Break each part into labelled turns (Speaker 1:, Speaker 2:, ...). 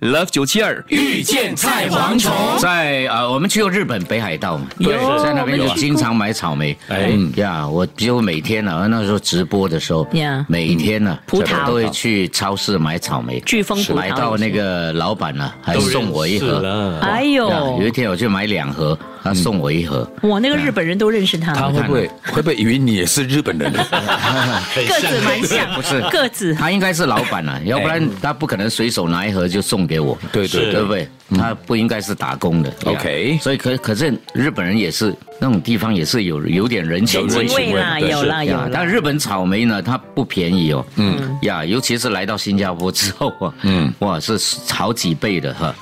Speaker 1: Love 九七二
Speaker 2: 遇见菜蝗虫，
Speaker 3: 在啊、呃我们去过日本北海道嘛，对在那边有经常买草莓。
Speaker 2: 哎
Speaker 3: 嗯呀，我就每天呢、啊，那时候直播的时候
Speaker 4: 呀
Speaker 3: 每天啊呢、
Speaker 4: 葡萄
Speaker 3: 都会去超市买草莓，
Speaker 4: 飓风葡萄
Speaker 3: 买到那个老板呢、还
Speaker 2: 都
Speaker 3: 送我一
Speaker 2: 认识
Speaker 3: 盒。
Speaker 2: 了
Speaker 4: 哎
Speaker 3: 呀
Speaker 4: 呦
Speaker 3: 有一，天我去买两盒，他送我一盒。
Speaker 4: 哇，那个日本人都认识他，
Speaker 5: 他会不会会不会以为你也是日本 人呢？
Speaker 2: 很
Speaker 4: 个子蛮像，
Speaker 3: 不是
Speaker 4: 个子，
Speaker 3: 他应该是老板了、啊要不然他不可能随手拿一盒就送给我，
Speaker 5: 对
Speaker 2: 是
Speaker 5: 对
Speaker 3: 对不对？他不应该是打工的。
Speaker 5: OK
Speaker 3: 所以可可是日本人也是那种地方也是有有点人情
Speaker 4: 人情味啦，
Speaker 5: 对
Speaker 4: 有啦有
Speaker 3: 哎呀，
Speaker 4: 啦
Speaker 3: 但。日本草莓呢，它不便宜哦。嗯呀，尤其是来到新加坡之后啊，嗯，哇，是好几倍的哈。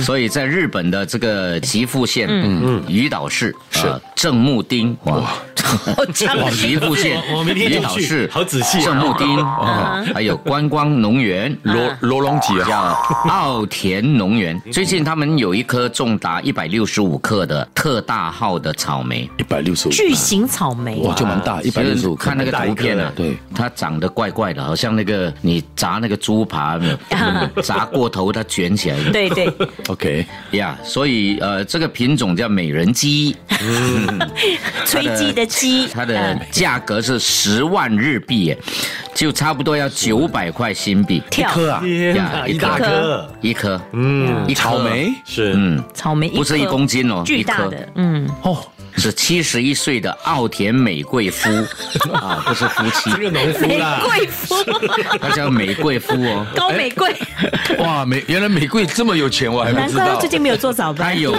Speaker 3: 所以在日本的这个岐阜县，嗯鱼岛市是正木町 哇，岐阜县
Speaker 2: 我我明天就
Speaker 3: 鱼岛
Speaker 2: 去
Speaker 3: 市
Speaker 2: 好仔细啊
Speaker 3: 正木 町啊，还有观光农园
Speaker 5: 罗罗龙吉
Speaker 3: 叫
Speaker 5: 啊，
Speaker 3: 奥田农园。最近他们有一颗重达一百六十五克的特大号的草莓，
Speaker 5: 一百六十五，
Speaker 4: 巨型草莓，
Speaker 5: 哇，就蛮大，啊一百六十五，
Speaker 3: 看那个图片啊，
Speaker 5: 对，
Speaker 3: 它长得怪怪的，好像那个你炸那个猪扒有没 有，炸过头它卷起来
Speaker 4: 对 对，
Speaker 5: ，OK，
Speaker 3: 呀。所以呃，这个品种叫美人鸡，
Speaker 4: 吹鸡的鸡，
Speaker 3: 它的价格是十万日币耶，就差不多要九百块新币
Speaker 4: 跳
Speaker 5: 啊，
Speaker 2: 天哪，
Speaker 3: 呀
Speaker 2: 一大
Speaker 3: 一颗
Speaker 2: 颗，
Speaker 3: 一颗，
Speaker 2: 嗯，
Speaker 3: 一颗
Speaker 5: 草莓，
Speaker 2: 是，
Speaker 3: 嗯，
Speaker 4: 草莓
Speaker 3: 不是一
Speaker 4: 颗
Speaker 3: 公斤哦，
Speaker 4: 巨大
Speaker 3: 一颗
Speaker 4: 的，嗯，
Speaker 5: 哦，
Speaker 3: 是七十一岁的奥田美 贵夫啊，不是夫妻，
Speaker 2: 这个农夫
Speaker 4: 玫
Speaker 2: 啦，
Speaker 4: 瑰夫，
Speaker 3: 哎他叫美贵夫哦。
Speaker 4: 哎高玫瑰，
Speaker 5: 哇，美原来玫瑰这么有钱，我还不
Speaker 4: 难
Speaker 5: 知
Speaker 4: 怪他
Speaker 5: 道
Speaker 4: 最。近没有做 早
Speaker 3: 他
Speaker 4: 班，
Speaker 3: 有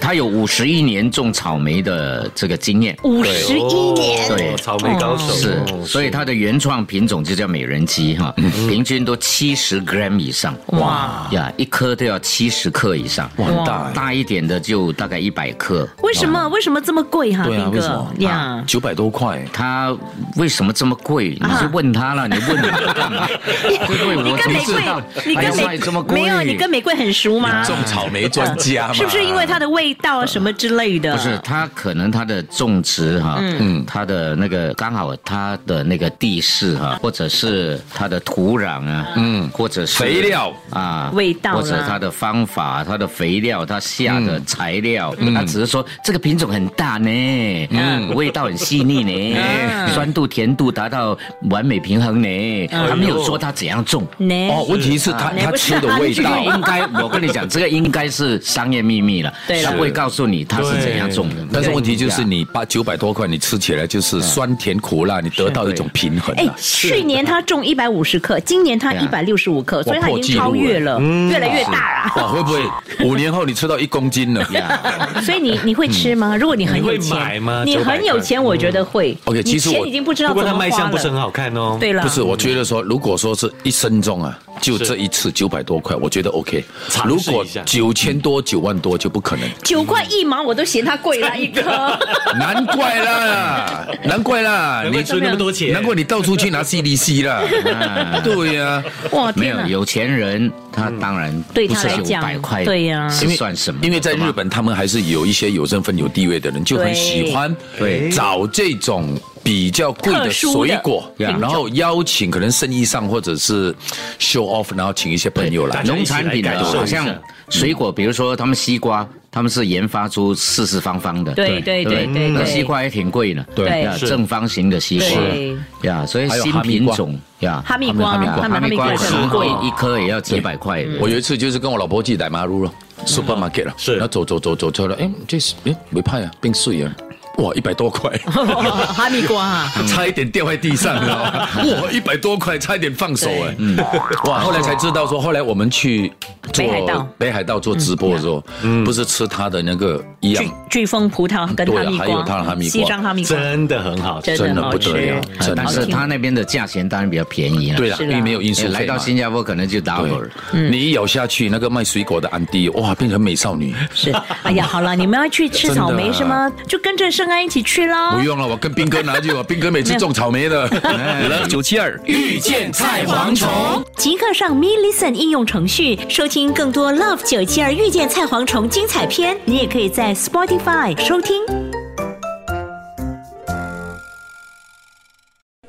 Speaker 3: 他有五十一年种草莓的这个经验，
Speaker 4: 五十一年，
Speaker 2: 哦草莓高手，
Speaker 3: 是，
Speaker 2: 哦
Speaker 3: 所以它的原创品种就叫美人鸡哈，
Speaker 4: 嗯
Speaker 3: 平均都七十 gram 以上，哇呀，一颗都要七十克以上，
Speaker 5: 哇很大
Speaker 3: 大一点的就大概一百克。
Speaker 4: 为什么为什么这么贵哈，
Speaker 5: 对啊，
Speaker 4: 斌
Speaker 5: 为什
Speaker 4: 哥
Speaker 5: 么
Speaker 4: 呀？
Speaker 5: 九百多块？
Speaker 3: 它为什么这么贵？你就问他了，你问我干 嘛？对不对？我
Speaker 4: 啊你跟
Speaker 3: 怎么
Speaker 4: 玫
Speaker 3: 知道
Speaker 4: 瑰，你
Speaker 3: 它
Speaker 4: 跟
Speaker 3: 要
Speaker 4: 玫
Speaker 3: 卖这么贵？
Speaker 4: 没有，你跟玫瑰很熟吗？
Speaker 5: 种草莓专家嘛，
Speaker 4: 啊是不是因为它的味道啊什么之类的？
Speaker 3: 不是，它可能它的种植哈，嗯，它的那个刚好它的那个地势哈，或者是它的土壤啊，嗯，或者是
Speaker 5: 肥料
Speaker 3: 啊，嗯
Speaker 4: 味道啦
Speaker 3: 或者它的方法、它的肥料、它下的材料，它只是说这个品种很大呢，嗯，味道很细腻 呢，酸度甜度达到完美平衡呢，它没有说它怎样种。
Speaker 4: 呢？
Speaker 5: 哦，问题是它它
Speaker 4: 那哎啊不是
Speaker 5: 吃的味
Speaker 3: 这个
Speaker 5: 道，
Speaker 3: 应该，我跟你讲，这个应该是商业秘密了，
Speaker 4: 对
Speaker 3: 他
Speaker 4: 啦
Speaker 3: 不会告诉你它是怎样种的。
Speaker 5: 但是问题就是
Speaker 3: 呀
Speaker 5: 你八九百多块，你吃起来就是酸甜苦辣，你得到一种平衡
Speaker 4: 嗯哎
Speaker 5: 啊，。
Speaker 4: 去年它种一百五十克，今年它
Speaker 3: 对
Speaker 4: 一
Speaker 3: 啊
Speaker 4: 百六十五克，所以它
Speaker 5: 哎破
Speaker 4: 已
Speaker 5: 纪
Speaker 4: 经
Speaker 5: 录
Speaker 4: 超越了，
Speaker 2: 嗯
Speaker 4: 越来越大啊。
Speaker 5: 哇，会不会五年后你吃到一公斤了
Speaker 4: 所以
Speaker 5: 嗯
Speaker 4: 你你会吃吗？如果你很有
Speaker 2: 你会买
Speaker 4: 钱
Speaker 2: 吗，
Speaker 4: 你很有钱，我觉得会。
Speaker 5: OK，
Speaker 4: 你
Speaker 5: 其实
Speaker 4: 钱
Speaker 5: 我
Speaker 4: 已经不知道
Speaker 2: 不
Speaker 4: 怎么
Speaker 2: 过它卖
Speaker 4: 花
Speaker 2: 相不是很
Speaker 4: 了。
Speaker 2: 好看哦，
Speaker 4: 对了，
Speaker 5: 不是，我觉得说，如果说是一生中啊，就是这一次九百多块，我觉得 OK。
Speaker 2: 尝
Speaker 5: 如
Speaker 2: 试
Speaker 5: 果
Speaker 2: 一下
Speaker 5: 九千多、九万多就不可能，
Speaker 4: 九块一毛我都嫌它贵了一颗。
Speaker 5: 难怪啦，难怪啦，
Speaker 2: 难怪
Speaker 5: 你
Speaker 2: 值那么多钱，
Speaker 5: 难怪你到处去拿 CDC 啦。对呀，
Speaker 4: 哇，
Speaker 3: 没
Speaker 4: 天
Speaker 3: 有
Speaker 4: 哪！嗯
Speaker 3: 有钱人，他当然
Speaker 4: 对
Speaker 3: 不
Speaker 4: 他
Speaker 3: 是
Speaker 4: 来
Speaker 3: 九
Speaker 4: 讲
Speaker 3: 百块，
Speaker 4: 对呀
Speaker 3: 是算什么？
Speaker 5: 因为在日本，他们还是有一些有身份、有地位的人，就很喜欢
Speaker 3: 对
Speaker 5: 找这种比较贵的水果，
Speaker 3: 特殊的
Speaker 5: 然后邀请可能生意上或者是 show off，然后请一些朋友
Speaker 2: 大
Speaker 5: 来
Speaker 2: 家。
Speaker 3: 农产品
Speaker 2: 一起来
Speaker 3: 的，
Speaker 2: 感受
Speaker 3: 好
Speaker 2: 一下
Speaker 3: 像水果，比如说他们西瓜，他们是研发出四四方方的，
Speaker 4: 对对
Speaker 3: 不
Speaker 4: 对对
Speaker 3: 那
Speaker 4: 对
Speaker 3: 西瓜也挺贵的，
Speaker 4: 对
Speaker 3: 呀
Speaker 2: 是
Speaker 3: 正方形的西
Speaker 4: 对
Speaker 3: 瓜，呀，所以
Speaker 5: 还有
Speaker 3: 新
Speaker 5: 哈密
Speaker 3: 品
Speaker 5: 瓜
Speaker 3: 种呀，
Speaker 4: 哈密瓜，他们哈密瓜
Speaker 3: 十
Speaker 4: 很贵。
Speaker 3: 一颗也要几百块，
Speaker 5: 我有一次就是跟我老婆去奶马路了，supermarket 了，
Speaker 2: 是
Speaker 5: 然后走走走走出来，哎，这是哎没派啊，冰碎啊，哇，一百多块，
Speaker 4: 哈密瓜 啊，
Speaker 5: 差一点掉在地上，你知道吗？哇，一百多块，差一点放手哎。嗯，哇，后来才知道说，后来我们去做
Speaker 4: 北海道
Speaker 5: 北海道做直播的时候，不是吃他的那个一样
Speaker 4: 巨巨峰葡萄跟哈密
Speaker 5: 对还有它
Speaker 4: 瓜，
Speaker 5: 的哈密瓜
Speaker 4: 西藏哈密瓜，
Speaker 2: 真的很好吃。
Speaker 5: 真
Speaker 4: 真的
Speaker 5: 的
Speaker 4: 很好
Speaker 5: 不得了
Speaker 4: 吃。
Speaker 5: 真的
Speaker 3: 呃但是他那边的价钱当然比较便宜了。
Speaker 5: 对了，
Speaker 4: 是
Speaker 5: 因
Speaker 4: 啦
Speaker 5: 为没有因素
Speaker 3: 哎来到新加坡可能就 double 了。
Speaker 5: 你一咬下去，那个卖水果的安迪，哇，变成美少女。
Speaker 4: 是，哎呀，好了，你们要去吃草莓是吗？就跟着圣安一起去啦
Speaker 5: 啊不。用了，我跟斌哥拿去吧，斌哥每次种草莓的。来九七二，
Speaker 2: 遇见菜蝗虫，
Speaker 4: 即刻上 Me Listen 应用程序收听更多 Love 九七二遇见菜蝗虫精彩片。你也可以在 Spotify 收听。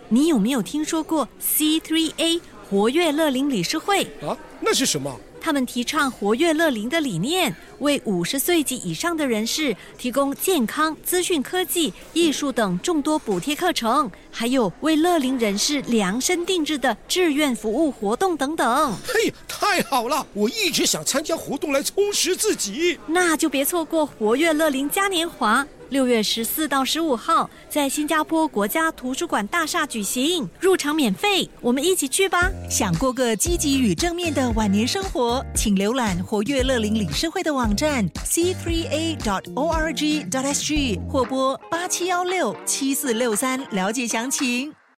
Speaker 6: 你有没有听说过 C3A 活跃乐龄理事会？
Speaker 7: 啊，那是什么？
Speaker 6: 他们提倡活跃乐龄的理念，为五十岁及以上的人士提供健康、资讯科技、艺术等众多补贴课程，还有为乐龄人士量身定制的志愿服务活动等等。
Speaker 7: 嘿，太好了！我一直想参加活动来充实自己。
Speaker 6: 那就别错过活跃乐龄嘉年华，六月十四到十五号在新加坡国家图书馆大厦举行，入场免费，我们一起去吧。
Speaker 8: 想过个积极与正面的晚年生活，请浏览活跃乐龄理事会的网站 c 3 a dot o r g dot s g 或拨八七幺六七四六三了解详情。